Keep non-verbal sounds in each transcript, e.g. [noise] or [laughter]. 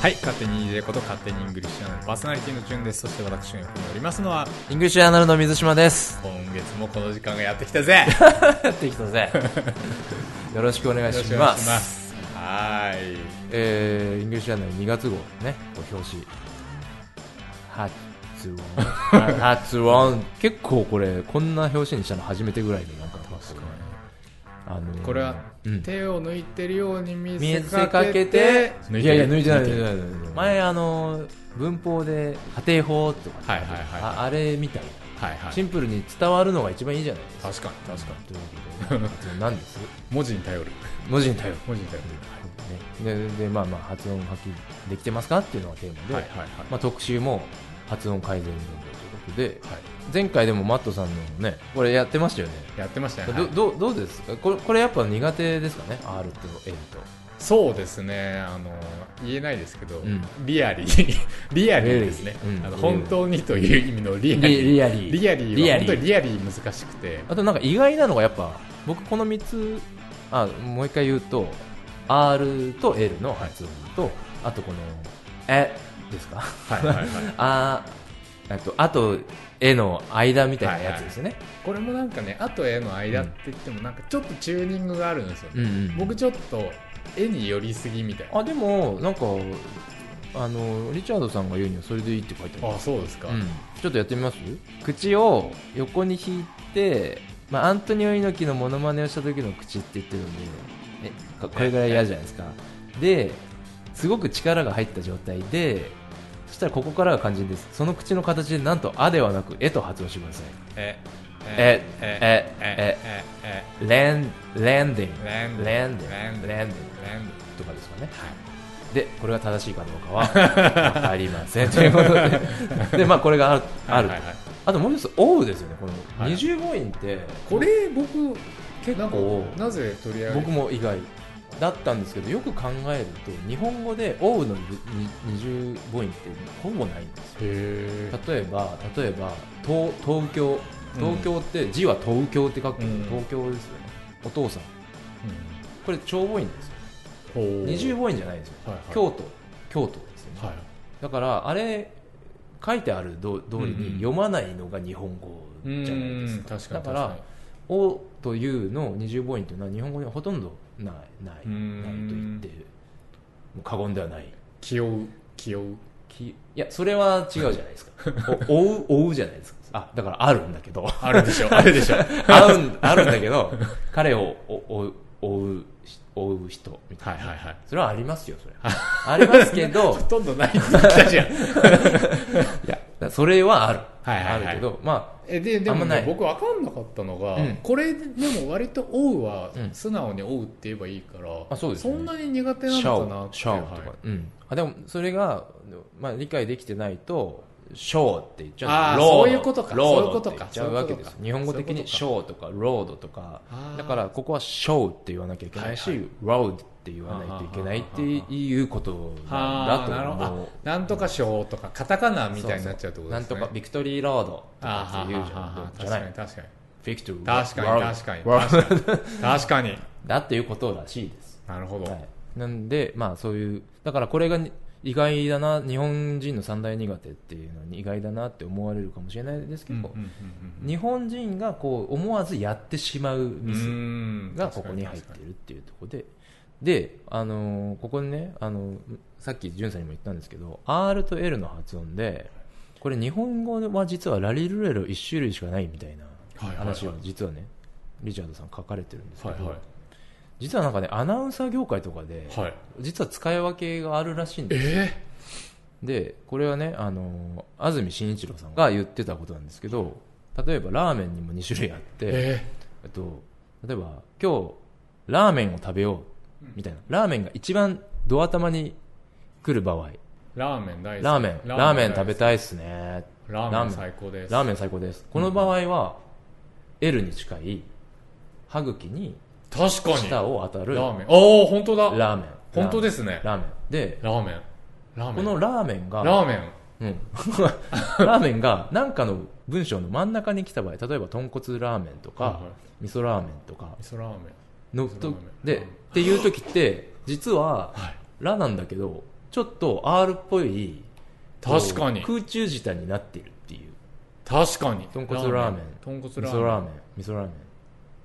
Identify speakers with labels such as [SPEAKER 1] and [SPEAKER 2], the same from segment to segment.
[SPEAKER 1] はい、勝手に DJ こと勝手にイングリッシュアナのパーソナリティのチュンです。そして私が横におりますのは、
[SPEAKER 2] イングリッシュアナルの水島です。
[SPEAKER 1] 今月もこの時間がやってきたぜ
[SPEAKER 2] [laughs] やってきたぜ。 [laughs] よろしくお願いします。
[SPEAKER 1] す。はーい。
[SPEAKER 2] えー、イングリッシュアナル2月号ね、お表紙。発音。発 [laughs] 音。結構これ、こんな表紙にしたの初めてぐらいで、なんか、あのー
[SPEAKER 1] これは、
[SPEAKER 2] うん
[SPEAKER 1] 手を抜いてるように見
[SPEAKER 2] 見
[SPEAKER 1] せ
[SPEAKER 2] せ
[SPEAKER 1] か
[SPEAKER 2] か
[SPEAKER 1] け
[SPEAKER 2] け
[SPEAKER 1] て
[SPEAKER 2] て、、いやいや、抜いてない、抜いて
[SPEAKER 1] は
[SPEAKER 2] ない。抜いてない前、あのー、文法で、家庭法とか、
[SPEAKER 1] いはいはい。
[SPEAKER 2] ああれみたいな。
[SPEAKER 1] はいは
[SPEAKER 2] シ
[SPEAKER 1] い。
[SPEAKER 2] ンプルに伝わるのが一番いいじゃないですか。
[SPEAKER 1] 確かに、確か
[SPEAKER 2] ということ [laughs] で、発音なんです
[SPEAKER 1] に。文字に頼る。
[SPEAKER 2] 文字に頼る。
[SPEAKER 1] 文字に頼る。
[SPEAKER 2] ね、ででまあまあ発音発揮できてますかっていうのがテーマで、
[SPEAKER 1] はいはいはい。
[SPEAKER 2] まあ、特集も発音改善運動ということで
[SPEAKER 1] はい
[SPEAKER 2] 前回でもマットさんのねこれやってましたよね、
[SPEAKER 1] やってましたね。はい
[SPEAKER 2] どどどうですかこれこれやっぱ苦手ですかね R と L と
[SPEAKER 1] そうですねあの言えないですけど、
[SPEAKER 2] うん
[SPEAKER 1] リアリー [laughs] リアリーですね、
[SPEAKER 2] うん
[SPEAKER 1] あの
[SPEAKER 2] リアリー
[SPEAKER 1] 本当にという意味のリアリー
[SPEAKER 2] リリアリー
[SPEAKER 1] リアリー
[SPEAKER 2] リ
[SPEAKER 1] は
[SPEAKER 2] ア
[SPEAKER 1] 本
[SPEAKER 2] リー
[SPEAKER 1] 当にリアリー難しくて
[SPEAKER 2] あとなんか意外なのがやっぱ僕この3つあもう一回言うと R と L の発音と、あとこの「え」ですか [laughs]
[SPEAKER 1] はいはいはい
[SPEAKER 2] ああとあと「え」の間みたいなやつですよね、
[SPEAKER 1] これもなんかね「あ」と「え」の間って言ってもなんかちょっとチューニングがあるんですよね、
[SPEAKER 2] うんうんうん
[SPEAKER 1] 僕ちょっと「え」に寄りすぎみたいな
[SPEAKER 2] あでもなんかあのリチャードさんが言うにはそれでいいって書いてある
[SPEAKER 1] あそうですか、
[SPEAKER 2] うん、ちょっとやってみます口を横に引いて、まあ、アントニオ猪木のモノマネをした時の口って言ってるんでえかこれぐらい嫌じゃないですかですごく力が入った状態でそしたらここからが肝心ですその口の形でなんと「あ」ではなく「え」と発音してください
[SPEAKER 1] え
[SPEAKER 2] え
[SPEAKER 1] ええ
[SPEAKER 2] え
[SPEAKER 1] え
[SPEAKER 2] え
[SPEAKER 1] ええ
[SPEAKER 2] 「レンレンディン
[SPEAKER 1] えレンド
[SPEAKER 2] レンデ
[SPEAKER 1] レン
[SPEAKER 2] ィ
[SPEAKER 1] ド
[SPEAKER 2] ン
[SPEAKER 1] レン
[SPEAKER 2] レ
[SPEAKER 1] ドレ
[SPEAKER 2] ンディン
[SPEAKER 1] ン」
[SPEAKER 2] とかですかね
[SPEAKER 1] はい
[SPEAKER 2] でこれが正しいかどうかは分かりませんということでで、まあ、これがあるある、
[SPEAKER 1] はいはいはい
[SPEAKER 2] あともう一つ「オウ」ですよねこの
[SPEAKER 1] はい
[SPEAKER 2] 二重母音って、
[SPEAKER 1] これ僕結構
[SPEAKER 2] 構
[SPEAKER 1] なぜ取り上げ
[SPEAKER 2] 僕も意外だったんですけどよく考えると日本語で「オウ」のに二重母音ってほぼないんですよ
[SPEAKER 1] へー
[SPEAKER 2] 例えば例えば東東京東京って字は東京って書くけど、
[SPEAKER 1] うん
[SPEAKER 2] 東京ですよねお父さんこれ長母音ですよ
[SPEAKER 1] ほう
[SPEAKER 2] 二重母音じゃないですよ、
[SPEAKER 1] はいはい
[SPEAKER 2] 京都京都ですよね、
[SPEAKER 1] はい
[SPEAKER 2] だからあれ書いてあるど通り
[SPEAKER 1] うんうん
[SPEAKER 2] に読まないのが日本語じゃないですか、
[SPEAKER 1] うん確かに
[SPEAKER 2] だから「お」というの二重母音というのは日本語にはほとんどないない
[SPEAKER 1] うん
[SPEAKER 2] ないと言ってもう過言ではない
[SPEAKER 1] 気負う気負う
[SPEAKER 2] きいやそれは違うじゃないで
[SPEAKER 1] [laughs]
[SPEAKER 2] すか「お」追う追うじゃないですかあだからあるんだけど
[SPEAKER 1] あるでしょ [laughs] あるでしょ
[SPEAKER 2] あるんあるんだけど彼をお追う追う追う人みたいな
[SPEAKER 1] はいはいはい
[SPEAKER 2] それはありますよそれありますけ
[SPEAKER 1] [laughs]
[SPEAKER 2] ど
[SPEAKER 1] ほとんどないって言ったじゃん
[SPEAKER 2] いやだからそれはある、
[SPEAKER 1] はいはいはい
[SPEAKER 2] あるけどまあ
[SPEAKER 1] えでで
[SPEAKER 2] あん
[SPEAKER 1] も
[SPEAKER 2] ま
[SPEAKER 1] ね
[SPEAKER 2] ない
[SPEAKER 1] 僕分かんなかったのが、
[SPEAKER 2] うん
[SPEAKER 1] これでも割と「追う」は
[SPEAKER 2] うん
[SPEAKER 1] 素直に「追う」って言えばいいから、
[SPEAKER 2] あそうですね
[SPEAKER 1] んなに苦手な
[SPEAKER 2] シ
[SPEAKER 1] の
[SPEAKER 2] ャ
[SPEAKER 1] かなっ
[SPEAKER 2] オ
[SPEAKER 1] て
[SPEAKER 2] シャオ
[SPEAKER 1] はい
[SPEAKER 2] とか、うん、あでもそれが、まあ、理解できてないとショーって言っち
[SPEAKER 1] あー
[SPEAKER 2] ゃうロード
[SPEAKER 1] そういうことか
[SPEAKER 2] ロー
[SPEAKER 1] そういう
[SPEAKER 2] ド
[SPEAKER 1] こ
[SPEAKER 2] っ
[SPEAKER 1] と
[SPEAKER 2] て
[SPEAKER 1] か
[SPEAKER 2] 言っちゃうわけです
[SPEAKER 1] そういうことか
[SPEAKER 2] 日本語的
[SPEAKER 1] そういうこと
[SPEAKER 2] に
[SPEAKER 1] か
[SPEAKER 2] ショーとかロードとか
[SPEAKER 1] あー
[SPEAKER 2] だからここはショーって言わなきゃいけないし、
[SPEAKER 1] はい
[SPEAKER 2] ロードって言わないといけないっていうことな
[SPEAKER 1] はあ
[SPEAKER 2] ん
[SPEAKER 1] なる
[SPEAKER 2] だ
[SPEAKER 1] ほ
[SPEAKER 2] と
[SPEAKER 1] ど
[SPEAKER 2] 思う
[SPEAKER 1] あなんとか「しょう」とかカタカナみたいになっちゃうってこと
[SPEAKER 2] そうそうな
[SPEAKER 1] で
[SPEAKER 2] ん
[SPEAKER 1] すね
[SPEAKER 2] とかビクトリーロードとかって言うじゃ
[SPEAKER 1] あーはーはーは
[SPEAKER 2] ん
[SPEAKER 1] ー
[SPEAKER 2] じゃ
[SPEAKER 1] 確
[SPEAKER 2] な
[SPEAKER 1] か
[SPEAKER 2] い
[SPEAKER 1] に確かに
[SPEAKER 2] ビクトリー
[SPEAKER 1] 確かに確かに確かに確かに
[SPEAKER 2] だっていうことらしいです
[SPEAKER 1] なるほど、
[SPEAKER 2] はい、なんで、まあ、そういうだからこれがに意外だな日本人の三大苦手っていうのに意外だなって思われるかもしれないですけ
[SPEAKER 1] うんうん
[SPEAKER 2] ど、
[SPEAKER 1] うんうん
[SPEAKER 2] 日本人がこう思わずやってしまうミス
[SPEAKER 1] ス
[SPEAKER 2] がここに入ってるっていうところで。で、あのーここにね、あのーさっきんさんにも言ったんですけど R と L の発音でこれ日本語は実はラリルレロ1種類しかないみたいな話を実はね、リチャードさん書かれてるんですけ
[SPEAKER 1] は
[SPEAKER 2] ど、
[SPEAKER 1] いは
[SPEAKER 2] 実はなんかねアナウンサー業界とかで、
[SPEAKER 1] いはい
[SPEAKER 2] 実は使い分けがあるらしいんです
[SPEAKER 1] え
[SPEAKER 2] でこれはねあの安住紳一郎さんが言ってたことなんですけど例えばラーメンにも2種類あって
[SPEAKER 1] え、
[SPEAKER 2] えっと、例えば今日ラーメンを食べようみたいな、ラーメンが一番ド頭に来る場合
[SPEAKER 1] ラーメン大好き
[SPEAKER 2] ラーメンラーメン食べ
[SPEAKER 1] い
[SPEAKER 2] たいっすね
[SPEAKER 1] ラーメン最高です
[SPEAKER 2] ラーメン最高ですこの場合は、L に近い歯茎に
[SPEAKER 1] 確かに
[SPEAKER 2] 舌を当たる
[SPEAKER 1] ラーメンおお本当だ
[SPEAKER 2] ラーメン
[SPEAKER 1] 本当ですね
[SPEAKER 2] ラーメンで
[SPEAKER 1] ラーメンラーメ
[SPEAKER 2] こ
[SPEAKER 1] ン
[SPEAKER 2] のラーメンが
[SPEAKER 1] ラーメン
[SPEAKER 2] うん [laughs] ラーメンが何かの文章の真ん中に来た場合例えば豚骨ラーメンと
[SPEAKER 1] はい
[SPEAKER 2] か
[SPEAKER 1] はい
[SPEAKER 2] 味噌ラーメンとか
[SPEAKER 1] 味噌ラーメン
[SPEAKER 2] の
[SPEAKER 1] 味噌ラー
[SPEAKER 2] と
[SPEAKER 1] メン
[SPEAKER 2] でっていう時って実は
[SPEAKER 1] はい
[SPEAKER 2] 「ラ」なんだけどちょっと R っぽい
[SPEAKER 1] 確かに
[SPEAKER 2] こう空中舌になってるっていう
[SPEAKER 1] 確かに
[SPEAKER 2] 豚骨ラーメン
[SPEAKER 1] 豚骨
[SPEAKER 2] 味
[SPEAKER 1] ラーメン
[SPEAKER 2] 噌ラーメン味噌ラーメン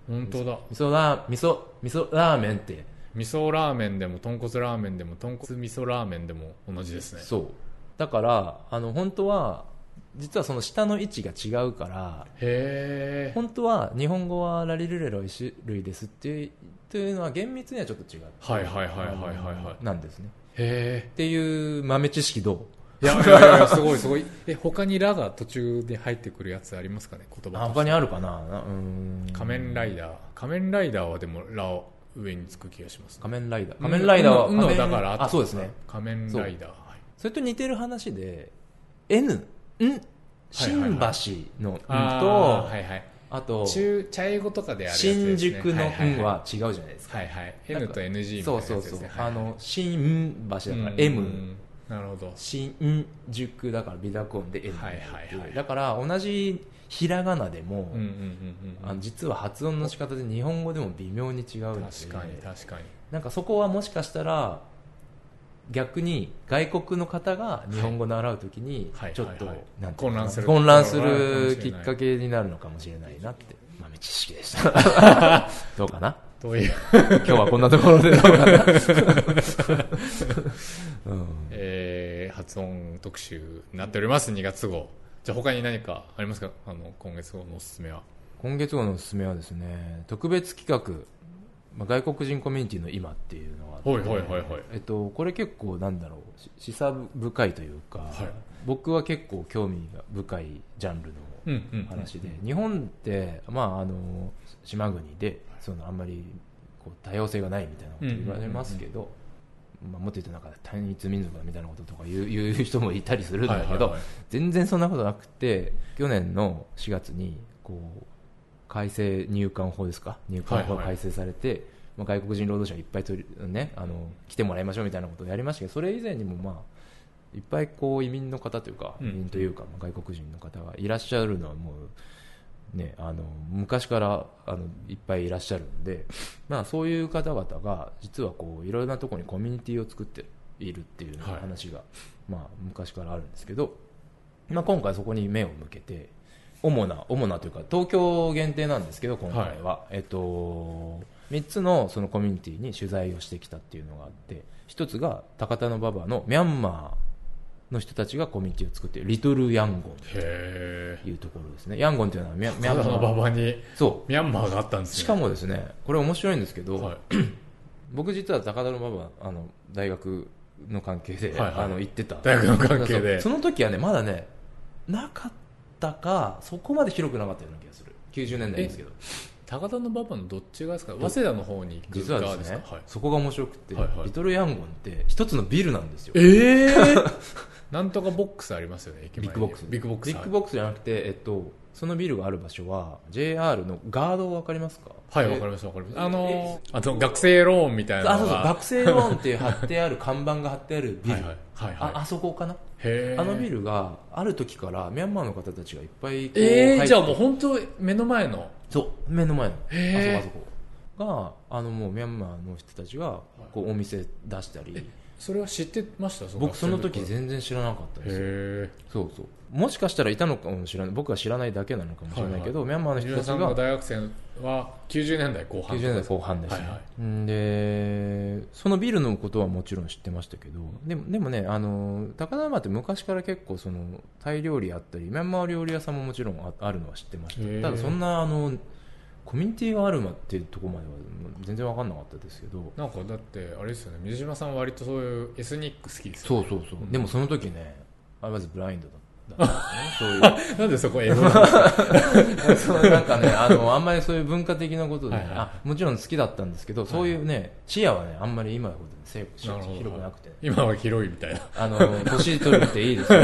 [SPEAKER 1] 本当だ
[SPEAKER 2] 味噌ラー味噌味噌ラーメンって
[SPEAKER 1] 味噌ラーメンでも豚骨ラーメンでも豚骨味噌ラーメンでも同じですね
[SPEAKER 2] そうだからあの本当は実はその下の位置が違うから
[SPEAKER 1] へえ
[SPEAKER 2] 本当は日本語はラリルレロ一種類ですっていうというのは厳密にはちょっと違う
[SPEAKER 1] はいはいはいはいはいはい
[SPEAKER 2] なんですね
[SPEAKER 1] へ
[SPEAKER 2] っていう豆知識ど
[SPEAKER 1] えいやいやいやいやすごいすごいえ他に「ラ」が途中で入ってくるやつありますかね言
[SPEAKER 2] う
[SPEAKER 1] 葉
[SPEAKER 2] あ
[SPEAKER 1] と
[SPEAKER 2] 他
[SPEAKER 1] して
[SPEAKER 2] にあるかななうーん
[SPEAKER 1] 仮面ライダー仮面ライダーはでも「ラ」を上につく気がしますね
[SPEAKER 2] 仮面ライダー仮面ライダーは
[SPEAKER 1] うんうん
[SPEAKER 2] 仮面
[SPEAKER 1] だから
[SPEAKER 2] あそうですね
[SPEAKER 1] 仮面ライダーはい
[SPEAKER 2] それと似てる話で N ん新橋の「ん」と
[SPEAKER 1] あーはいはい
[SPEAKER 2] あと
[SPEAKER 1] 中茶英語とかであるやつですね
[SPEAKER 2] 新宿の「ん」
[SPEAKER 1] は
[SPEAKER 2] は違うじゃないですか
[SPEAKER 1] いはい、はいはい、
[SPEAKER 2] なん
[SPEAKER 1] N
[SPEAKER 2] か
[SPEAKER 1] と NG みたい
[SPEAKER 2] そ
[SPEAKER 1] な
[SPEAKER 2] う
[SPEAKER 1] やつです
[SPEAKER 2] そ
[SPEAKER 1] ね
[SPEAKER 2] うそう
[SPEAKER 1] はいはい
[SPEAKER 2] あの新橋だから
[SPEAKER 1] う
[SPEAKER 2] M
[SPEAKER 1] んなるほど
[SPEAKER 2] 新宿だからビダコンで M
[SPEAKER 1] はいはいはい
[SPEAKER 2] だから同じひらがなでも
[SPEAKER 1] うんうんうんうん
[SPEAKER 2] あの実は発音の仕方で日本語でも微妙に違うんで
[SPEAKER 1] 確かに確かに
[SPEAKER 2] なんかそこはもしかしたら逆に外国の方が日本語を習うときに
[SPEAKER 1] はい
[SPEAKER 2] ちょっと
[SPEAKER 1] はいはい
[SPEAKER 2] なんていう
[SPEAKER 1] 混
[SPEAKER 2] の
[SPEAKER 1] 乱する
[SPEAKER 2] 混乱す
[SPEAKER 1] 混乱する
[SPEAKER 2] る
[SPEAKER 1] かもし
[SPEAKER 2] き
[SPEAKER 1] れ
[SPEAKER 2] っ
[SPEAKER 1] ない
[SPEAKER 2] かけになるのかもしれないなって豆知識でした [laughs] どうかな
[SPEAKER 1] という、
[SPEAKER 2] 今日はこんなところでどうかな、 [laughs] うん
[SPEAKER 1] えー発音特集になっております2月号じゃあ他に何かありますかあの今月号のおすすめは
[SPEAKER 2] 今月号のおすすめはですね特別企画まあ外国人コミュニティの今っていうのがあって
[SPEAKER 1] はいはいはいはい
[SPEAKER 2] えっと、これ結構なんだろうし示唆深いというか、
[SPEAKER 1] はい
[SPEAKER 2] 僕は結構興味が深いジャンル
[SPEAKER 1] うんう
[SPEAKER 2] の
[SPEAKER 1] ん
[SPEAKER 2] 話で、日本って、まあ、あの島国でそのあんまりこう多様性がないみたいなこと言われますけど、まあ、もっと言うとなんか単一民族だみたいなこととか言う言う人もいたりするんだけど、
[SPEAKER 1] はいはいはい
[SPEAKER 2] 全然そんなことなくて去年の4月にこう改正入管法ですか入管法が改正されて、まあ、外国人労働者いっぱい取り、ね、あの来てもらいましょうみたいなことをやりましたけどそれ以前にも、まあ、いっぱいこう移民の方というか、
[SPEAKER 1] うん
[SPEAKER 2] 移民というか、まあ外国人の方がいらっしゃるのはもう、ね、あの昔からあのいっぱいいらっしゃるんで、まあ、そういう方々が実はこういろいろなところにコミュニティを作っているっていうような
[SPEAKER 1] はい
[SPEAKER 2] 話が、まあ、昔からあるんですけど。まあ、今回そこに目を向けて主な主なというか東京限定なんですけど今回は、えっと、3つのそのコミュニティに取材をしてきたっていうのがあって1つが高田馬場のミャンマーの人たちがコミュニティを作っているリトルヤンゴン
[SPEAKER 1] へえ
[SPEAKER 2] というところですねヤンゴンというのはミャミ
[SPEAKER 1] ミャ
[SPEAKER 2] ャ
[SPEAKER 1] ン
[SPEAKER 2] ン
[SPEAKER 1] マーの
[SPEAKER 2] マ
[SPEAKER 1] 馬場
[SPEAKER 2] ー
[SPEAKER 1] に
[SPEAKER 2] そう
[SPEAKER 1] ミャンマーがあったんですね
[SPEAKER 2] しかもですねこれ面白いんですけど、
[SPEAKER 1] はい、
[SPEAKER 2] 僕実は高田馬場あの大学の関係で、
[SPEAKER 1] はいはい
[SPEAKER 2] あの行ってた
[SPEAKER 1] 大学の関係で
[SPEAKER 2] そうその時はねまだねなかったかそこまで広くなかったような気がする90年代ですけど
[SPEAKER 1] 高田の馬場のどっち側ですか早稲田の方に行く
[SPEAKER 2] 実は
[SPEAKER 1] 側
[SPEAKER 2] で
[SPEAKER 1] ですす
[SPEAKER 2] ね
[SPEAKER 1] かはい、
[SPEAKER 2] そこが面白くて、
[SPEAKER 1] はいはい
[SPEAKER 2] リトルヤンゴンって一つのビルなんですよ
[SPEAKER 1] ええ [laughs] なんとかボックスありますよね駅前
[SPEAKER 2] ビ
[SPEAKER 1] に
[SPEAKER 2] ッグボックス
[SPEAKER 1] ビッグボックス
[SPEAKER 2] ビッグボックスじゃなくて、えっと、そのビルがある場所は JR のガードわかりますか
[SPEAKER 1] はいわかりましたわかりましたあのーあと学生ローンみたいな
[SPEAKER 2] あ
[SPEAKER 1] の
[SPEAKER 2] そうそう
[SPEAKER 1] が
[SPEAKER 2] 学生ローンって貼ってある看板が貼ってあるビル、
[SPEAKER 1] はいはいはいはい
[SPEAKER 2] ああそこかな
[SPEAKER 1] へー
[SPEAKER 2] あのビルがある時からミャンマーの方たちがいっぱいこう
[SPEAKER 1] え
[SPEAKER 2] 入
[SPEAKER 1] ー、
[SPEAKER 2] っ
[SPEAKER 1] じゃあもう本当目の前の
[SPEAKER 2] そう目の前の
[SPEAKER 1] へー
[SPEAKER 2] あそこあそこがあのもうミャンマーの人たちがこうお店出したり、
[SPEAKER 1] それは知ってました
[SPEAKER 2] 僕その時
[SPEAKER 1] へ
[SPEAKER 2] 全然知らなかったですよ
[SPEAKER 1] え
[SPEAKER 2] そうそうもしかしたらいたのかもしれない僕は知らないだけなのかもしれないけど、ミャンマーの人
[SPEAKER 1] 皆
[SPEAKER 2] たち
[SPEAKER 1] さんが
[SPEAKER 2] が
[SPEAKER 1] 大学生は90年代後半
[SPEAKER 2] 90年代後半ですね、
[SPEAKER 1] はいは
[SPEAKER 2] んでそのビルのことはもちろん知ってましたけどでもでもねあの高田馬って昔から結構そのタイ料理あったりミャンマー料理屋さんももちろんああるのは知ってました
[SPEAKER 1] へー
[SPEAKER 2] ただそんなあのコミュニティがあるまっていうところまでは全然分かんなかったですけど
[SPEAKER 1] なんかだってあれですよね水島さん割とそういうエスニック好きですよ [laughs]
[SPEAKER 2] そうそうそう、
[SPEAKER 1] うん
[SPEAKER 2] でもその時ねあまずブラインド
[SPEAKER 1] [laughs]
[SPEAKER 2] だったんですね
[SPEAKER 1] なんでそこ英語なんですか
[SPEAKER 2] そういうそのなんかねあのあんまりそういう文化的なことで、
[SPEAKER 1] はいはい
[SPEAKER 2] あもちろん好きだったんですけど、そういうね視野はねあんまり今ほどせ
[SPEAKER 1] なるほど
[SPEAKER 2] 広くなくて
[SPEAKER 1] [laughs] 今は広いみたいな
[SPEAKER 2] あの、年取るっていいで
[SPEAKER 1] [laughs]
[SPEAKER 2] すよ。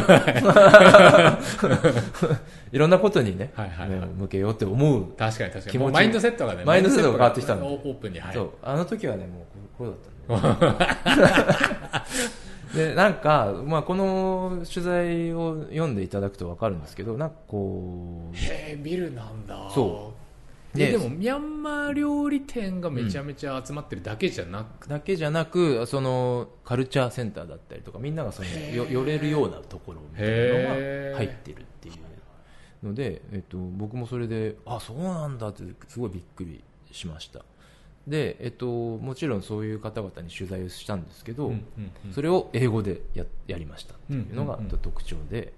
[SPEAKER 2] いろんなことにね、
[SPEAKER 1] はいはいはい
[SPEAKER 2] 目を向けようって思う。
[SPEAKER 1] 確かに確か
[SPEAKER 2] 気
[SPEAKER 1] に
[SPEAKER 2] 持ち
[SPEAKER 1] もうマインドセットがね
[SPEAKER 2] マインドセットが変わってきたんで
[SPEAKER 1] マインドセットがオープンにはい
[SPEAKER 2] そう、あの時はね、もうこうこうだ
[SPEAKER 1] [laughs]
[SPEAKER 2] ったんで。で、なんか、まあ、この取材を読んでいただくとわかるんですけど、なんかこう、
[SPEAKER 1] へえビルなんだ
[SPEAKER 2] そ
[SPEAKER 1] で
[SPEAKER 2] で
[SPEAKER 1] でもミャンマー料理店がめちゃめちゃ集まってるだけじゃなく、
[SPEAKER 2] だけじゃなくそのカルチャーセンターだったりとかみんながその
[SPEAKER 1] へー
[SPEAKER 2] よ寄れるようなところみたいなのが入ってるっていうので、えっと、僕もそれであそうなんだってすごいびっくりしましたで、えっと、もちろんそういう方々に取材をしたんですけど、
[SPEAKER 1] うんうんうん
[SPEAKER 2] それを英語でややりましたっていうの
[SPEAKER 1] う
[SPEAKER 2] が
[SPEAKER 1] んうんうん
[SPEAKER 2] 特徴で、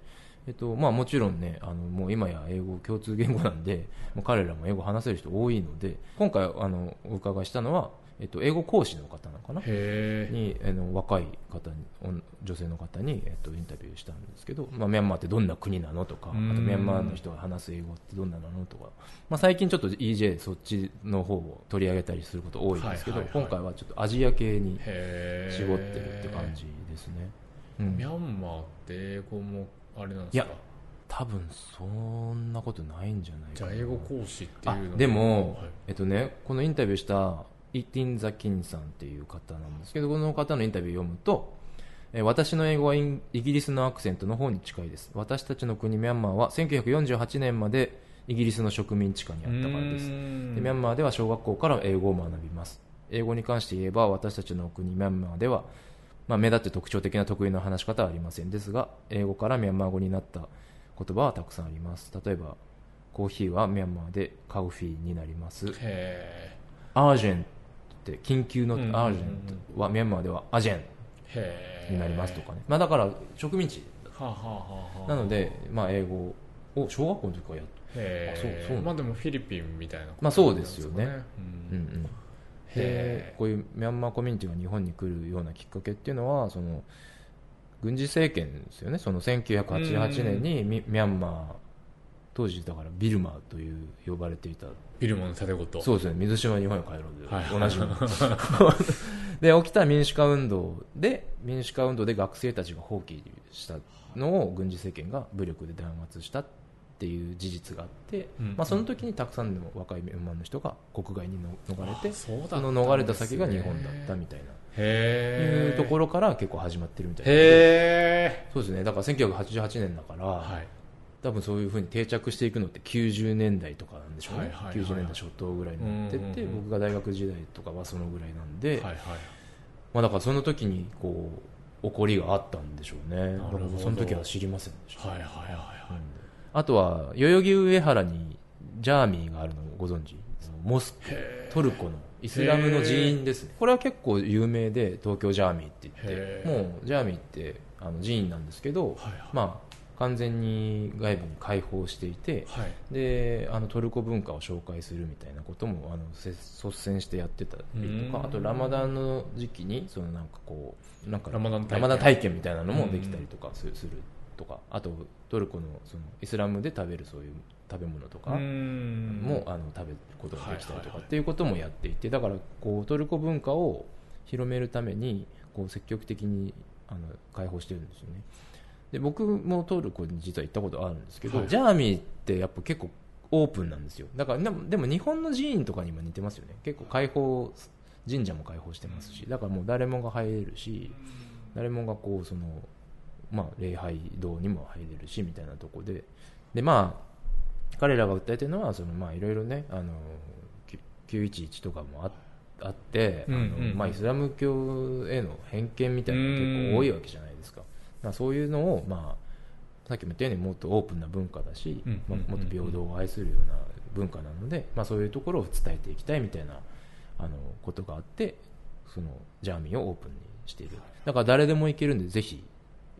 [SPEAKER 2] えっとまあ、もちろんねあのもう今や英語共通言語なんで [laughs] もう彼らも英語話せる人多いので今回あのお伺いしたのは、えっと、英語講師の方なのかな
[SPEAKER 1] へえ
[SPEAKER 2] にあの若い方に女女性の方に、えっと、インタビューしたんですけど、まあ、ミャンマーってどんな国なのとかあ
[SPEAKER 1] う
[SPEAKER 2] と
[SPEAKER 1] ん
[SPEAKER 2] ミャンマーの人が話す英語ってどんななのとか、まあ、最近ちょっと EJ そっちの方を取り上げたりすること多いんですけど、
[SPEAKER 1] はいはいはい
[SPEAKER 2] 今回はちょっとアジア系に
[SPEAKER 1] へえ
[SPEAKER 2] 絞ってるって感じですね、うん
[SPEAKER 1] ミ、ャンマーって英語もあれなんですか
[SPEAKER 2] いや多分そんなことないんじゃない
[SPEAKER 1] じ
[SPEAKER 2] か
[SPEAKER 1] ゃあ
[SPEAKER 2] な
[SPEAKER 1] 英語講師ってい
[SPEAKER 2] あ
[SPEAKER 1] うの
[SPEAKER 2] でも、
[SPEAKER 1] はい
[SPEAKER 2] えっとねこのインタビューしたイティン・ザ・キンさんっていう方なんですけどこの方のインタビューを読むとえー私の英語はインイギリスのアクセントの方に近いです私たちの国ミャンマーは1948年までイギリスの植民地下にあったからです
[SPEAKER 1] うーん
[SPEAKER 2] でミャンマーでは小学校から英語を学びます英語に関して言えば私たちの国ミャンマーでは、まあ、目立って特徴的な得意な話し方はありませんですが英語からミャンマー語になった言葉はたくさんあります例えばコーヒーはミャンマーでカウフィーになります
[SPEAKER 1] へ
[SPEAKER 2] アージェンって緊急の
[SPEAKER 1] うんうんうん
[SPEAKER 2] アージェントはミャンマーではアジェン
[SPEAKER 1] えへえ
[SPEAKER 2] になりますとかね、まあ、だから植民地
[SPEAKER 1] はあはあはあはあ
[SPEAKER 2] なので、まあ、英語を小学校の時からやっ
[SPEAKER 1] へえ
[SPEAKER 2] あそうそう
[SPEAKER 1] まあでもフィリピンみたいなこと
[SPEAKER 2] まあそうですよね
[SPEAKER 1] なんか
[SPEAKER 2] うん
[SPEAKER 1] ね
[SPEAKER 2] うん、
[SPEAKER 1] へ
[SPEAKER 2] で
[SPEAKER 1] ー
[SPEAKER 2] こういうミャンマーコミュニティが日本に来るようなきっかけっていうのはその軍事政権ですよねその1988年にミミャンマー当時だからビルマという呼ばれていた
[SPEAKER 1] ビルモの盾事
[SPEAKER 2] そうですね水島日本へ帰ろうで、
[SPEAKER 1] はい [laughs]
[SPEAKER 2] 同じもので起きた民主化運動で民主化運動で学生たちが放棄したのを軍事政権が武力で弾圧したっていう事実があって、
[SPEAKER 1] うん
[SPEAKER 2] まあ、その時にたくさんの若いミャンマーの人が国外にの逃れて
[SPEAKER 1] そうだった
[SPEAKER 2] そ
[SPEAKER 1] んです
[SPEAKER 2] の
[SPEAKER 1] ね
[SPEAKER 2] 逃れた先が日本だったみたいな、
[SPEAKER 1] へ
[SPEAKER 2] いうとこ
[SPEAKER 1] ろ
[SPEAKER 2] ろから結構始まってるみたいな。
[SPEAKER 1] へえ
[SPEAKER 2] そうですね。だから1988年だから、
[SPEAKER 1] はい
[SPEAKER 2] 多分そういうふうに定着していくのって90年代とかなんでしょうね。
[SPEAKER 1] はいはいはいはい
[SPEAKER 2] 90年代初頭ぐらいになってって、
[SPEAKER 1] うんうんうん
[SPEAKER 2] 僕が大学時代とかはそのぐらいなん
[SPEAKER 1] は
[SPEAKER 2] で、
[SPEAKER 1] いはい
[SPEAKER 2] まあだからその時にこう、起こりがあったんでしょうね。だ
[SPEAKER 1] る
[SPEAKER 2] か
[SPEAKER 1] ほど
[SPEAKER 2] ら僕その時は知りませんでした。
[SPEAKER 1] はいはいはいはい
[SPEAKER 2] あとは、代々木上原にジャーミーがあるのをご存知モスク
[SPEAKER 1] へ
[SPEAKER 2] トルコのイスラムの寺院ですねこれは結構有名で東京ジャーミーって
[SPEAKER 1] へ
[SPEAKER 2] 言って
[SPEAKER 1] ー
[SPEAKER 2] もうジャーミーってあの寺院なんですけど、
[SPEAKER 1] えはいは
[SPEAKER 2] まあ、完全に外部に開放していて
[SPEAKER 1] いはい
[SPEAKER 2] であのトルコ文化を紹介するみたいなこともあのせ率先してやってたりと
[SPEAKER 1] うん
[SPEAKER 2] かあとラマダンの時期にそのなんかこうなんか
[SPEAKER 1] ラマダン体験
[SPEAKER 2] 体験みたいなのもできたりとかすするとかあとトルコのそのイスラムで食べるそういう食べ物とか。
[SPEAKER 1] ん
[SPEAKER 2] もあの食べることができたり
[SPEAKER 1] はいは
[SPEAKER 2] と
[SPEAKER 1] い
[SPEAKER 2] か
[SPEAKER 1] はい
[SPEAKER 2] っていうこともやっていてだからこうトルコ文化を広めるためにこう積極的にあの開放してるんですよねで僕もトルコに実は行ったことあるんですけど、
[SPEAKER 1] はい
[SPEAKER 2] ジャーミーってやっぱ結構オープンなんですよだからでもでも日本の寺院とかにも似てますよね結構開放神社も開放してますしだからもう誰もが入れるし誰もがこうその、まあ、礼拝堂にも入れるしみたいなとこででまあ彼らが訴えてるのはそのまあいろいろねあのき911とかもああって、
[SPEAKER 1] うん
[SPEAKER 2] あ
[SPEAKER 1] うん
[SPEAKER 2] のまあ、イスラム教への偏見みたいなのが結構多いわけじゃないですか、まあ、そういうのを、まあ、さっきも言ったようにもっとオープンな文化だし、
[SPEAKER 1] うん
[SPEAKER 2] まあ
[SPEAKER 1] うんうん
[SPEAKER 2] もっと平等を愛するような文化なので、まあ、そういうところを伝えていきたいみたいなあのことがあってそのジャーミーをオープンにしているだから誰でも行けるんでぜひ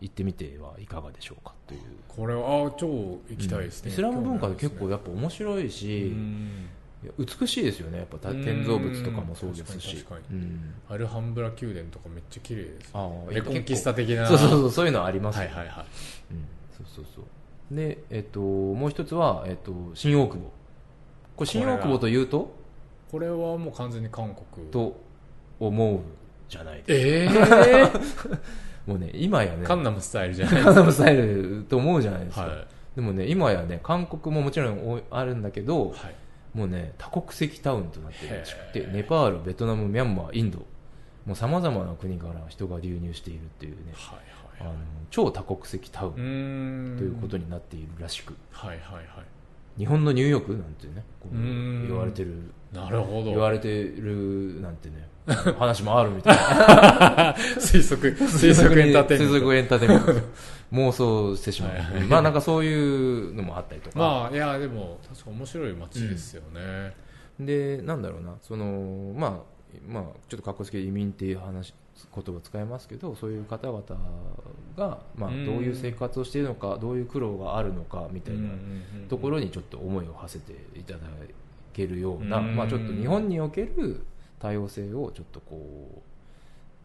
[SPEAKER 2] 行ってみてはいかがでしょうかという
[SPEAKER 1] これはあ超行きたいですね、
[SPEAKER 2] イスラム文化で結構やっぱ面白いし、
[SPEAKER 1] うん
[SPEAKER 2] いや美しいですよねやっぱた建造物とかもそうです
[SPEAKER 1] うん
[SPEAKER 2] し
[SPEAKER 1] 確かに確
[SPEAKER 2] うん
[SPEAKER 1] アルハンブラ宮殿とかめっちゃ綺麗ですね
[SPEAKER 2] ああ
[SPEAKER 1] レコンキスタ的な
[SPEAKER 2] そうそうそうそういうのありますよ
[SPEAKER 1] は
[SPEAKER 2] ね
[SPEAKER 1] いはいはい
[SPEAKER 2] うん、そうそうそうで、えっと、もう一つは、えっと、新大久保これ新大久保というと
[SPEAKER 1] これはもう完全に韓国
[SPEAKER 2] と思うじゃないです
[SPEAKER 1] ええー、
[SPEAKER 2] もうね今やね
[SPEAKER 1] カンナムスタイルじゃない
[SPEAKER 2] カンナムスタイルと思うじゃないですか、
[SPEAKER 1] は
[SPEAKER 2] でもね今やね韓国ももちろんおあるんだけど
[SPEAKER 1] い、はい、
[SPEAKER 2] もうね多国籍タウンとなってるらしく
[SPEAKER 1] へ
[SPEAKER 2] て
[SPEAKER 1] ー
[SPEAKER 2] ネパールベトナムミャンマーインドもうさまざまな国から人が流入しているっていうね
[SPEAKER 1] はい
[SPEAKER 2] あ
[SPEAKER 1] はい
[SPEAKER 2] の
[SPEAKER 1] はい
[SPEAKER 2] 超多国籍タウ
[SPEAKER 1] う
[SPEAKER 2] ン
[SPEAKER 1] ーん
[SPEAKER 2] ということになっているらしく、
[SPEAKER 1] はいはいはい
[SPEAKER 2] 日本のニューヨークなんてねこう
[SPEAKER 1] うーん
[SPEAKER 2] 言われてる
[SPEAKER 1] なるほ
[SPEAKER 2] 言わ
[SPEAKER 1] ど。
[SPEAKER 2] れてるなんてね [laughs] 話もあるみたいな
[SPEAKER 1] 推測、 [laughs] 推測エンターテインメント。
[SPEAKER 2] 推測エンターテインメン
[SPEAKER 1] [laughs]
[SPEAKER 2] ト妄想してしまう、
[SPEAKER 1] はいはい
[SPEAKER 2] まあなんかそういうのもあったりとか、
[SPEAKER 1] まあ、いや、でも、確か面白い街ですよね。
[SPEAKER 2] でなんだろうなそのまあまあちょっとかっこつけて移民っていう話言葉使いますけどそういう方々が、まあ、
[SPEAKER 1] うん
[SPEAKER 2] どういう生活をしているのかどういう苦労があるのかみたいなところ
[SPEAKER 1] に、
[SPEAKER 2] にちょっと思いを馳せていただけるような、
[SPEAKER 1] うん
[SPEAKER 2] まあ、ちょっと日本における多様性をちょっとこ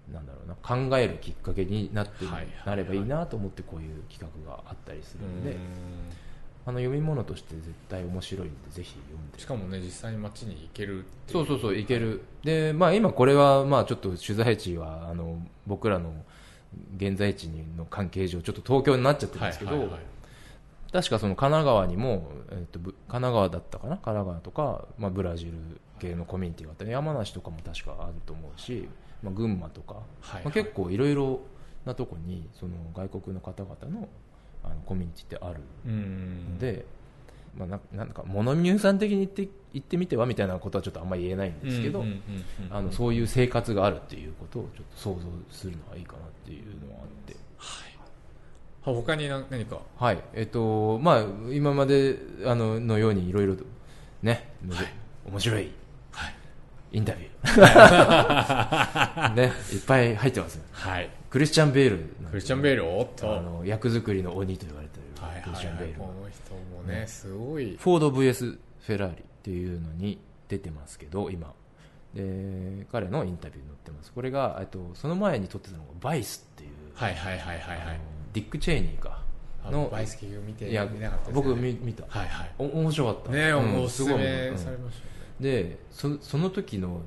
[SPEAKER 2] うなんだろうな考えるきっかけになって、
[SPEAKER 1] はいはいはい
[SPEAKER 2] なればいいなと思ってこういう企画があったりするの
[SPEAKER 1] う
[SPEAKER 2] で、
[SPEAKER 1] ん
[SPEAKER 2] あの読み物として絶対面白いのでぜひ読んで
[SPEAKER 1] しかもね、実際に街に行けるってい
[SPEAKER 2] そうそうそう、いける。で、まあ今これは、まあちょっと取材地は、あの、僕らの現在地の関係上、ちょっと東京になっちゃってるん
[SPEAKER 1] はい
[SPEAKER 2] ですけど、
[SPEAKER 1] はいはい
[SPEAKER 2] 確かその神奈川にも、えっと、ぶ神奈川だったかな神奈川とか、まあブラジル系のコミュニティがあったり、山梨とかも確かあると思うし、まあ群馬とか、
[SPEAKER 1] はいはい
[SPEAKER 2] まあ、結構いろいろなとこに、その外国の方々のあのコミュニティってある
[SPEAKER 1] うん
[SPEAKER 2] で、まあ、ななんか物見さん的に言って言ってみてはみたいなことはちょっとあんまり言えないんですけど、
[SPEAKER 1] うんうんうんうん
[SPEAKER 2] あのそういう生活があるっていうことをちょっと想像するのはいいかなっていうのはあって。
[SPEAKER 1] 他に何何か
[SPEAKER 2] はい、えっと、まあ、今まで、あの、のようにいろいろと、ね、のぞ面白い、インタビュ
[SPEAKER 1] [laughs]
[SPEAKER 2] ー。ね、いっぱい入ってますよ
[SPEAKER 1] はい
[SPEAKER 2] クリスチャン・ベールなんてね。
[SPEAKER 1] クリスチャン・ベールをおっと
[SPEAKER 2] あの、役作りの鬼と言われてる、
[SPEAKER 1] はい
[SPEAKER 2] クリス
[SPEAKER 1] は
[SPEAKER 2] チ
[SPEAKER 1] い
[SPEAKER 2] ャン・ベ
[SPEAKER 1] はい
[SPEAKER 2] ール
[SPEAKER 1] こ
[SPEAKER 2] が。
[SPEAKER 1] の人もねすごい
[SPEAKER 2] フォード VS フェラーリっていうのに出てますけど、今。で、彼のインタビューに載ってます。これが、えっと、その前に撮ってたのが、バイスっていう、
[SPEAKER 1] はいはいはいはいは
[SPEAKER 2] あ
[SPEAKER 1] い
[SPEAKER 2] のディック・チェイニーか。
[SPEAKER 1] あ
[SPEAKER 2] の
[SPEAKER 1] のバイスキーを見て
[SPEAKER 2] いや、
[SPEAKER 1] 見なかったですね
[SPEAKER 2] 僕見見た。
[SPEAKER 1] はいは
[SPEAKER 2] お面白かった。
[SPEAKER 1] いねえ
[SPEAKER 2] うん
[SPEAKER 1] もうおすすめ
[SPEAKER 2] ごい面白
[SPEAKER 1] さ
[SPEAKER 2] かっ
[SPEAKER 1] れ
[SPEAKER 2] た
[SPEAKER 1] まし
[SPEAKER 2] うんで、そその時の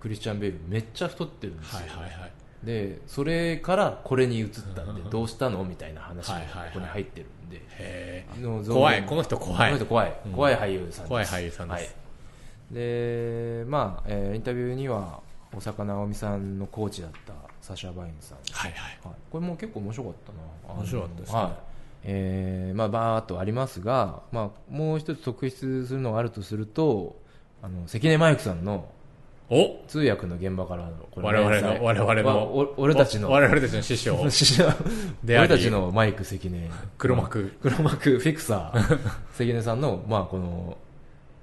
[SPEAKER 2] クリスチャン・ベイルめっちゃ太ってるんです
[SPEAKER 1] た
[SPEAKER 2] よ。
[SPEAKER 1] ねはいはいはい
[SPEAKER 2] で、それからこれに移ったんで、どうしたのみたいな話が
[SPEAKER 1] はい
[SPEAKER 2] こ
[SPEAKER 1] はいはい
[SPEAKER 2] こに入ってるんで。
[SPEAKER 1] へえ
[SPEAKER 2] の存分
[SPEAKER 1] 怖いこの人怖い
[SPEAKER 2] この人怖い、
[SPEAKER 1] うん
[SPEAKER 2] 怖い俳優さんです
[SPEAKER 1] 怖い俳優さんです
[SPEAKER 2] はい、でまあ、えーインタビューには大坂なおみさんのコーチだったサシャ・バインさん、
[SPEAKER 1] はいはい
[SPEAKER 2] はい、これも結構面白かったなあの
[SPEAKER 1] 面白かったですね
[SPEAKER 2] はいえーまあ、バーっとありますが、まあ、もう一つ特筆するのがあるとするとあの関根麻由子さんの
[SPEAKER 1] お
[SPEAKER 2] 通訳の現場からのこ
[SPEAKER 1] 我々
[SPEAKER 2] 連載
[SPEAKER 1] の我々
[SPEAKER 2] わ
[SPEAKER 1] の
[SPEAKER 2] お俺たち
[SPEAKER 1] お
[SPEAKER 2] の
[SPEAKER 1] 我々たちの師
[SPEAKER 2] [laughs]
[SPEAKER 1] 匠であ
[SPEAKER 2] 俺
[SPEAKER 1] り
[SPEAKER 2] たちのマイク関根
[SPEAKER 1] 黒幕
[SPEAKER 2] 黒幕フィクサ
[SPEAKER 1] [laughs]
[SPEAKER 2] ー関根さんの、まあ、この、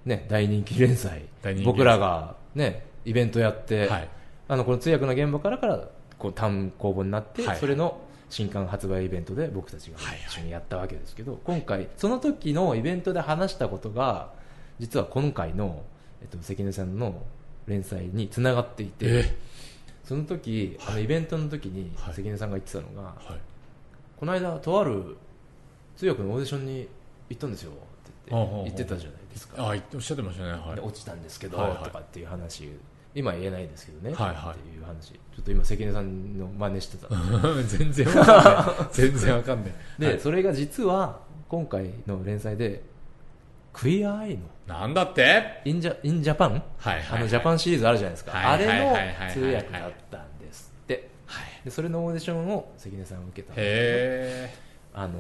[SPEAKER 2] ね、大人気連載
[SPEAKER 1] 大人気連載
[SPEAKER 2] 僕らが、ね、イベントやって、
[SPEAKER 1] はい
[SPEAKER 2] あのこの通訳の現場からからこう単行本になって、
[SPEAKER 1] はい
[SPEAKER 2] それの新刊発売イベントで僕たちが
[SPEAKER 1] はい
[SPEAKER 2] 一緒にやったわけですけど、今回その時のイベントで話したことが実は今回の、えっと、関根さんの連載につながっていて、
[SPEAKER 1] え
[SPEAKER 2] その時、あのイベントの時に
[SPEAKER 1] はい
[SPEAKER 2] 関根さんが言ってたのが、
[SPEAKER 1] はい
[SPEAKER 2] この間とある通訳のオーディションに行ったんですよって言
[SPEAKER 1] ほう
[SPEAKER 2] って
[SPEAKER 1] ほうほう
[SPEAKER 2] 言ってたじゃないですか、
[SPEAKER 1] あおっしゃってましたねはい
[SPEAKER 2] で落ちたんですけど、
[SPEAKER 1] はいはい
[SPEAKER 2] とかっていう話今言えないですけどね、
[SPEAKER 1] はいはい
[SPEAKER 2] っていう話ちょっと今関根さんの真似してた
[SPEAKER 1] [laughs] 全然わ
[SPEAKER 2] [laughs]
[SPEAKER 1] かんない全然わかんない
[SPEAKER 2] で、
[SPEAKER 1] はい
[SPEAKER 2] それが実は今回の連載で「クイアアイの
[SPEAKER 1] なんだって
[SPEAKER 2] インジャインジャパン」
[SPEAKER 1] はいはい
[SPEAKER 2] あのジャパンシリーズあるじゃないですか、
[SPEAKER 1] はいはいはいはいはい
[SPEAKER 2] あれの通訳だったんですって
[SPEAKER 1] はい
[SPEAKER 2] でそれのオーディションを関根さんは受けたんですけど
[SPEAKER 1] へ
[SPEAKER 2] あの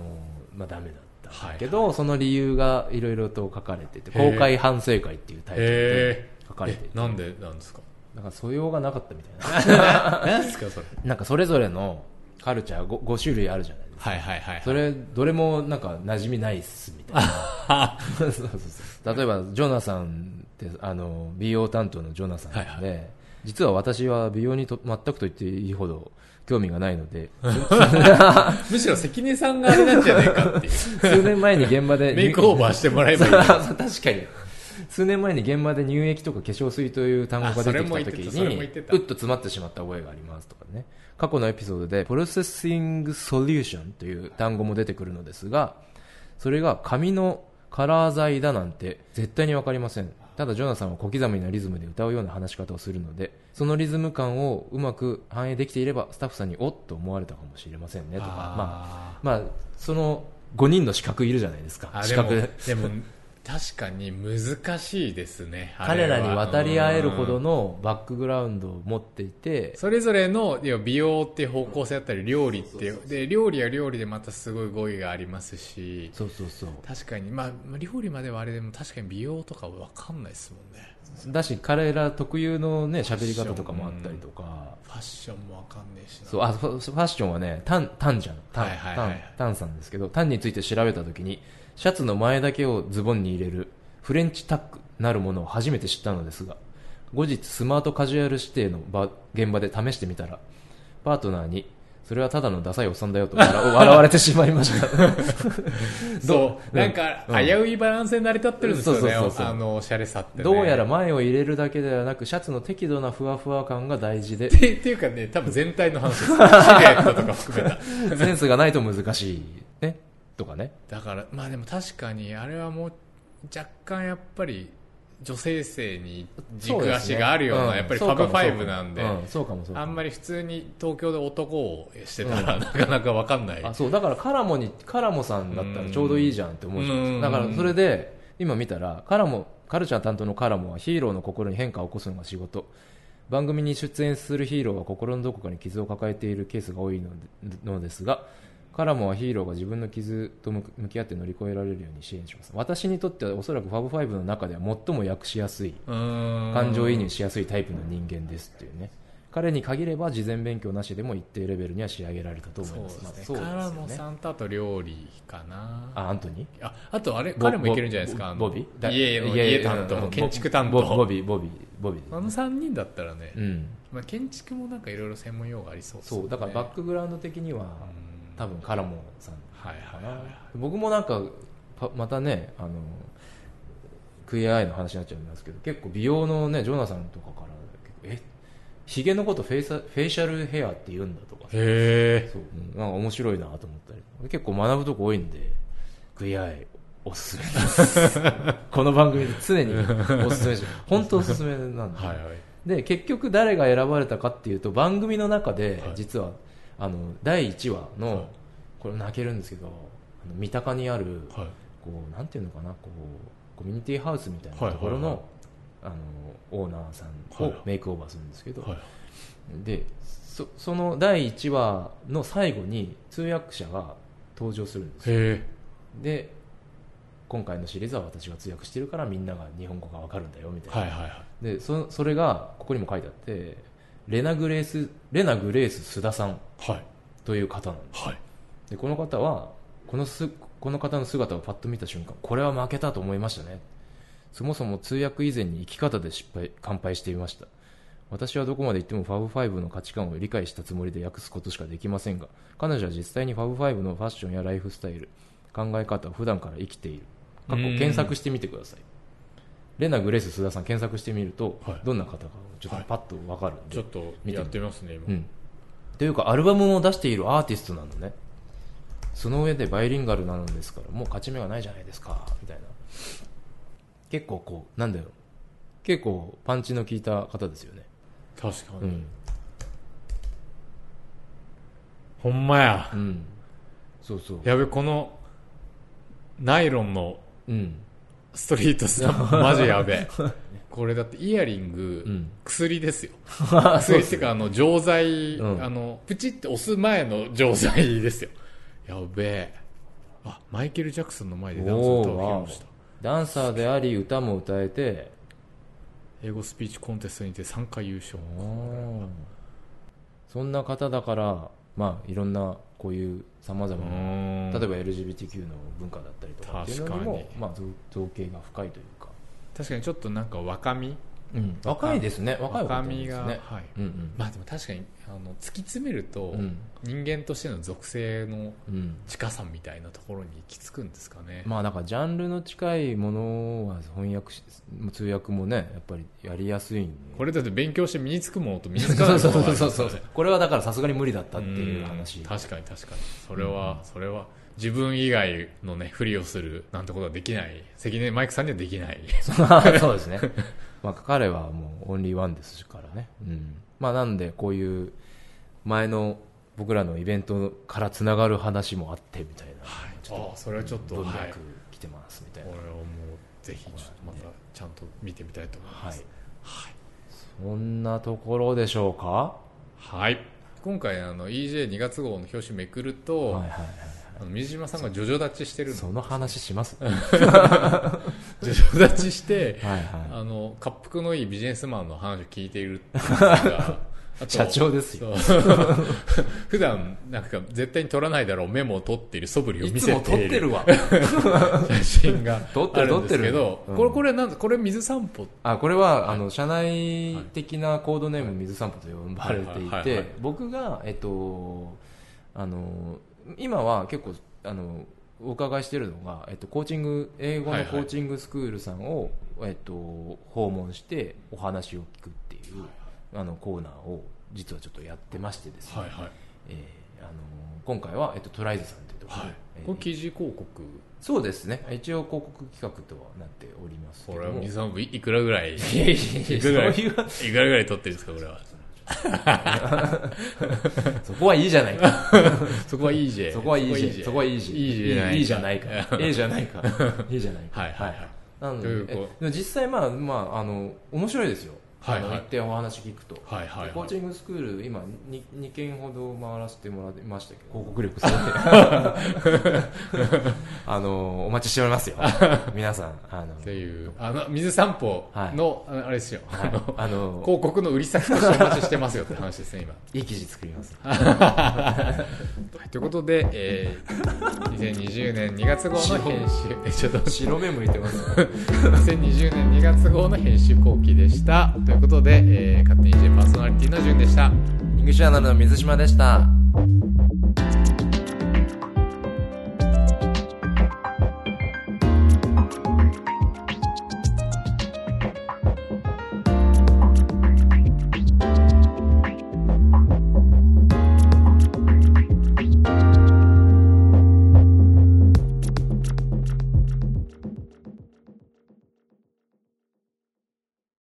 [SPEAKER 2] まあ、ダメだったんだけど、その理由がいろいろと書かれてて
[SPEAKER 1] へー
[SPEAKER 2] 公開反省会っていうタイトルで
[SPEAKER 1] え
[SPEAKER 2] 書かれていて
[SPEAKER 1] なんでなん
[SPEAKER 2] [laughs]
[SPEAKER 1] ですか
[SPEAKER 2] なんか素養がなかったみたいな
[SPEAKER 1] 何ですかそれ
[SPEAKER 2] なんかそれぞれのカルチャー 5, 種類あるじゃないですか
[SPEAKER 1] はいはいはい
[SPEAKER 2] それどれもなんか馴染みないっすみたいな
[SPEAKER 1] [laughs]
[SPEAKER 2] そうそうそう例えばジョナサンってあの美容担当のジョナサンで、
[SPEAKER 1] はい
[SPEAKER 2] 実は私は美容にと全くと言っていいほど興味がないので
[SPEAKER 1] むしろ関根さんがあれなんじゃないか
[SPEAKER 2] [laughs]
[SPEAKER 1] っていう
[SPEAKER 2] 数年前に
[SPEAKER 1] [laughs]
[SPEAKER 2] 現場で
[SPEAKER 1] メイクオーバーしてもら [laughs] えばいい
[SPEAKER 2] そうそう確かに数年前に現場で乳液とか化粧水という単語が出てきた
[SPEAKER 1] あそれも言っ
[SPEAKER 2] 時
[SPEAKER 1] てたそれ
[SPEAKER 2] に
[SPEAKER 1] も
[SPEAKER 2] う
[SPEAKER 1] 言
[SPEAKER 2] っ
[SPEAKER 1] ってた
[SPEAKER 2] と詰まってしまった覚えがありますとかね過去のエピソードでプロセッシングソリューションという単語も出てくるのですがそれが紙のカラー剤だなんて絶対に分かりませんただジョナさんは小刻みなリズムで歌うような話し方をするのでそのリズム感をうまく反映できていればスタッフさんにおっと思われたかもしれませんねとかまあ
[SPEAKER 1] あ
[SPEAKER 2] まあ、その5人の資格いるじゃないです
[SPEAKER 1] ー
[SPEAKER 2] か
[SPEAKER 1] あ
[SPEAKER 2] 資
[SPEAKER 1] でも
[SPEAKER 2] 格
[SPEAKER 1] でも確かに難しいですねあれは
[SPEAKER 2] 彼らに渡り合えるほど
[SPEAKER 1] うん
[SPEAKER 2] のバックグラウンドを持っていて、
[SPEAKER 1] それぞれの要は美容っていう方向性だったり料理っていうで料理は料理でまたすごい語彙がありますし
[SPEAKER 2] そうそうそう
[SPEAKER 1] 確かにまあ料理まではあれでも確かに美容とかわかんないですもんね
[SPEAKER 2] だし彼ら特有のね喋り方とかもあったりとか、
[SPEAKER 1] ファッションもわかんないしな
[SPEAKER 2] そうあファファッションはねタンタンじゃんタン,、
[SPEAKER 1] はいはいはいはい
[SPEAKER 2] タンタンさんですけどタンについて調べた時にシャツの前だけをズボンに入れるフレンチタックなるものを初めて知ったのですが後日スマートカジュアル指定の場現場で試してみたらパートナーにそれはただのダサいおっさんだよと笑笑われてしまいました
[SPEAKER 1] そ
[SPEAKER 2] ど
[SPEAKER 1] う、なんか、
[SPEAKER 2] うん
[SPEAKER 1] 危ういバランスに成り立ってるんですよね。
[SPEAKER 2] そうそうそうそう
[SPEAKER 1] あの、おしゃれさって、ね。
[SPEAKER 2] どうやら前を入れるだけではなくシャツの適度なふわふわ感が
[SPEAKER 1] [laughs]
[SPEAKER 2] 大事で
[SPEAKER 1] って、っていうかね、多分全体の
[SPEAKER 2] [laughs]
[SPEAKER 1] 話です。シルエットとか含めた。
[SPEAKER 2] センスがないと難しいねとかね
[SPEAKER 1] だから、まあでも確かに、あれはもう、若干やっぱり、女性性に軸足があるような、やっぱりファブファイブなんで、
[SPEAKER 2] そうかもそうかもそうかも
[SPEAKER 1] あんまり普通に東京で男をしてたら、なかなかわかんない。
[SPEAKER 2] あそうだからカラモにカラモさんだったらちょうどいいじゃんって思うじゃないです
[SPEAKER 1] うん
[SPEAKER 2] かだからそれで今見たらカラモカルチャー担当のカラモはヒーローの心に変化を起こすのが仕事番組に出演するヒーローは心のどこかに傷を抱えているケースが多いのでのですがカラモはヒーローが自分の傷と向向き合って乗り越えられるように支援します私にとってはおそらくファブファイブの中では最も訳しやすい感
[SPEAKER 1] 感
[SPEAKER 2] 情移入しやすいタイプの人間ですっていうね彼に限れば事前勉強なしでも一定レベルには仕上げられたと思
[SPEAKER 1] そう
[SPEAKER 2] いま
[SPEAKER 1] ですす
[SPEAKER 2] ま
[SPEAKER 1] ね。
[SPEAKER 2] あ
[SPEAKER 1] カラモ
[SPEAKER 2] そうですよね
[SPEAKER 1] さんとあと料理かな。
[SPEAKER 2] あアントニー
[SPEAKER 1] ああとあれ
[SPEAKER 2] ボ
[SPEAKER 1] 彼もいけるんじゃないですかあの
[SPEAKER 2] ボボビだ
[SPEAKER 1] 家の家担
[SPEAKER 2] うんう
[SPEAKER 1] 当
[SPEAKER 2] ん
[SPEAKER 1] 建築担
[SPEAKER 2] ボボボ
[SPEAKER 1] 当
[SPEAKER 2] ビーボビーボビー
[SPEAKER 1] あの3人だったらね、
[SPEAKER 2] うん
[SPEAKER 1] まあ、建築もなんかいろいろ専門用語ありそうですよ
[SPEAKER 2] そ
[SPEAKER 1] ね
[SPEAKER 2] うだからバックグラウンド的には
[SPEAKER 1] うん
[SPEAKER 2] 多分カラモさん
[SPEAKER 1] はいはいはいは
[SPEAKER 2] 僕もなんかパまたねあのクイアアイの話になっちゃいますけど結構美容のねジョナサンとかから結構えヒゲのことフェイサフェイシャルヘアって言うんだとか
[SPEAKER 1] いへ
[SPEAKER 2] そう、うんなんか面白いなと思ったり結構学ぶとこ多いんでクイアアイおすすめです
[SPEAKER 1] [laughs]
[SPEAKER 2] この番組で常におすすめし [laughs] 本当おすすめなん
[SPEAKER 1] え
[SPEAKER 2] で、
[SPEAKER 1] はいはい
[SPEAKER 2] で結局誰が選ばれたかっていうと番組の中で
[SPEAKER 1] はい
[SPEAKER 2] 実は、あの第1話の、
[SPEAKER 1] はい
[SPEAKER 2] これ泣けるんですけどあの三鷹にある
[SPEAKER 1] はい
[SPEAKER 2] こうなんていうのかなこうコミュニティハウスみたいなところの、
[SPEAKER 1] はいは
[SPEAKER 2] あのオーナーさん
[SPEAKER 1] は
[SPEAKER 2] を
[SPEAKER 1] い
[SPEAKER 2] メイクオーバーするんですけど、
[SPEAKER 1] はい
[SPEAKER 2] でそその第1話の最後に通訳者が登場するんですよ
[SPEAKER 1] へ
[SPEAKER 2] で今回のシリーズは私が通訳してるからみんなが日本語がわかるんだよみたい
[SPEAKER 1] え
[SPEAKER 2] な、
[SPEAKER 1] はいはいは
[SPEAKER 2] でそそれがここにも書いてあってレナ・グレースレナ・グレース須田さん
[SPEAKER 1] いはい
[SPEAKER 2] という方なんで
[SPEAKER 1] はい
[SPEAKER 2] すでこの方はこのすこの方の姿をパッと見た瞬間これは負けたと思いましたねそもそも通訳以前に生き方で失敗完敗していました私はどこまで行ってもファブファイブの価値観を理解したつもりで訳すことしかできませんが彼女は実際にファブファイブのファッションやライフスタイル考え方を普段から生きているか
[SPEAKER 1] う
[SPEAKER 2] っこ
[SPEAKER 1] ーん
[SPEAKER 2] 検索してみてくださいレナ・グレース須田さん検索してみると、
[SPEAKER 1] はい
[SPEAKER 2] どんな方かちょっとパッとわかるんで、
[SPEAKER 1] ちょっとやってみますね
[SPEAKER 2] う
[SPEAKER 1] 今
[SPEAKER 2] ん、というかアルバムを出しているアーティストなのねその上でバイリンガルなのですからもう勝ち目がないじゃないですかみたいな結構こうなんだよ結構パンチの効いた方ですよね
[SPEAKER 1] 確かに、
[SPEAKER 2] うん、
[SPEAKER 1] ほんまや
[SPEAKER 2] うん、そうそう
[SPEAKER 1] やべこのナイロンの
[SPEAKER 2] うん
[SPEAKER 1] ストリートスナ
[SPEAKER 2] [laughs]
[SPEAKER 1] ップマジやべえこれだってイヤリング、
[SPEAKER 2] うん
[SPEAKER 1] 薬です
[SPEAKER 2] [laughs]
[SPEAKER 1] よ
[SPEAKER 2] そう
[SPEAKER 1] 薬っていうかあの錠剤、
[SPEAKER 2] うん
[SPEAKER 1] あのプチって押す前の錠剤ですよやべえあマイケル・ジャクソンの前でダンスを歌を披露した
[SPEAKER 2] ダンサーであり歌も歌えて
[SPEAKER 1] 英語スピーチコンテストにて3回優勝
[SPEAKER 2] うんそんな方だからまあいろんなこういうさまざまな
[SPEAKER 1] 例
[SPEAKER 2] 例えば LGBTQ の文化だったりとかっていうのに
[SPEAKER 1] 確か
[SPEAKER 2] も
[SPEAKER 1] に、
[SPEAKER 2] まあ、造造形が深いというか、
[SPEAKER 1] 確かにちょっとなんか若み
[SPEAKER 2] 若いですね若い
[SPEAKER 1] 若
[SPEAKER 2] 方
[SPEAKER 1] み
[SPEAKER 2] で
[SPEAKER 1] が、
[SPEAKER 2] すね
[SPEAKER 1] はい
[SPEAKER 2] うんうん
[SPEAKER 1] まあでも確かにあの突き詰めると、
[SPEAKER 2] うん
[SPEAKER 1] 人間としての属性の
[SPEAKER 2] うん
[SPEAKER 1] 近さみたいなところに行き着くんですかね、
[SPEAKER 2] まあなんかジャンルの近いものは翻訳し通訳もねやっぱりやりやすいんで
[SPEAKER 1] これだって勉強して身につくものと身につ
[SPEAKER 2] そう
[SPEAKER 1] かないも
[SPEAKER 2] そう
[SPEAKER 1] のが
[SPEAKER 2] そ
[SPEAKER 1] あるからね
[SPEAKER 2] うそうそうこれはだからさすがに無理だったっていう話
[SPEAKER 1] ん確かに確かにそれは、それは自分以外のねふりをするなんてことはできない関根マイクさんにはできない
[SPEAKER 2] [laughs] そうですね、まあ、彼はもうオンリーワンですからね、うんまあ、なんでこういう前の僕らのイベントからつながる話もあってみたいな、
[SPEAKER 1] ああそれはちょっと、
[SPEAKER 2] 文
[SPEAKER 1] はい
[SPEAKER 2] 脈来てますみたい
[SPEAKER 1] これ
[SPEAKER 2] な、
[SPEAKER 1] はもうぜひちょっとまたちゃんと見てみたいと思いま
[SPEAKER 2] はい
[SPEAKER 1] す。はい
[SPEAKER 2] そんなところでしょうか
[SPEAKER 1] はい。今回、あの、EJ2 月号の表紙めくると、
[SPEAKER 2] はいはいは
[SPEAKER 1] あの水島さんがジョジョ立ちしてる
[SPEAKER 2] い
[SPEAKER 1] の。
[SPEAKER 2] その話しますはい
[SPEAKER 1] [laughs] ジョジョ立ちして、
[SPEAKER 2] は
[SPEAKER 1] あの、滑腹のいいビジネスマンの話を聞いているっていうの
[SPEAKER 2] [laughs]
[SPEAKER 1] があと
[SPEAKER 2] い社長ですよ
[SPEAKER 1] そう [laughs] 普段なんか絶対に取らないだろうメモを取っている素振りを見せている
[SPEAKER 2] わ
[SPEAKER 1] 写真が
[SPEAKER 2] 撮って
[SPEAKER 1] あ
[SPEAKER 2] る
[SPEAKER 1] るん
[SPEAKER 2] 撮っ
[SPEAKER 1] で
[SPEAKER 2] て
[SPEAKER 1] す
[SPEAKER 2] る
[SPEAKER 1] けど、
[SPEAKER 2] うん
[SPEAKER 1] これこれなんだこれ水散歩
[SPEAKER 2] [laughs] あこれはあの社内的なコードネーム水散歩と呼ばれてい
[SPEAKER 1] はいはいはいは
[SPEAKER 2] て
[SPEAKER 1] い
[SPEAKER 2] 僕がえっとあの今は結構あのお伺いしてるのが、えっと、コーチング英語
[SPEAKER 1] はい
[SPEAKER 2] の
[SPEAKER 1] はい
[SPEAKER 2] コーチングスクールさんを、えっと、訪問してお話を聞くっていう、あのコーナーを実はちょっとやってましてですね、
[SPEAKER 1] はいはい、
[SPEAKER 2] えーあの今回は、えっと、トライズさんっていうところ
[SPEAKER 1] は
[SPEAKER 2] で
[SPEAKER 1] い
[SPEAKER 2] えー
[SPEAKER 1] これ記事広告
[SPEAKER 2] そうですね一応広告企画とはなっておりますけ
[SPEAKER 1] こ
[SPEAKER 2] ど
[SPEAKER 1] れは
[SPEAKER 2] も
[SPEAKER 1] 水散歩いいくらぐらいい
[SPEAKER 2] いやいやいや
[SPEAKER 1] くらぐ
[SPEAKER 2] そういう
[SPEAKER 1] らいいくらぐらい取ってるんですかこれは
[SPEAKER 2] そこはいいじゃな
[SPEAKER 1] [laughs]
[SPEAKER 2] いか。
[SPEAKER 1] そこはいいじゃん
[SPEAKER 2] そこはいいじゃん。そこはいいじゃん。
[SPEAKER 1] いいじゃない
[SPEAKER 2] いいじゃないか。いいじゃな
[SPEAKER 1] [laughs]
[SPEAKER 2] いか。いいじゃないか。
[SPEAKER 1] はいはいはい
[SPEAKER 2] なの
[SPEAKER 1] という
[SPEAKER 2] で、
[SPEAKER 1] こ
[SPEAKER 2] えでも実際まあ、まあ、あの、面白いですよ。
[SPEAKER 1] はい
[SPEAKER 2] あ
[SPEAKER 1] はい
[SPEAKER 2] の、行ってお話聞くと。
[SPEAKER 1] はいはいはい
[SPEAKER 2] コーチングスクール、今2、2件ほど回らせてもらいましたけど、広告力すごい。 [laughs] あの、お待ちしておりますよ。皆さん、
[SPEAKER 1] [laughs]
[SPEAKER 2] あの、
[SPEAKER 1] っていうあの水散歩の、あのあれですよ、
[SPEAKER 2] はい
[SPEAKER 1] あの
[SPEAKER 2] あの、
[SPEAKER 1] 広告の売り先としてお待ちしてますよって話ですね今
[SPEAKER 2] いい記事作ります。
[SPEAKER 1] はい、ということで、えー、2020年2月号の編集、えちょっと
[SPEAKER 2] 白目向いてます。
[SPEAKER 1] 2020年2月号の編集後期でした。ということで、えー、勝手に J パーソナリティの順でした。
[SPEAKER 2] イングシュアナルの水島でした。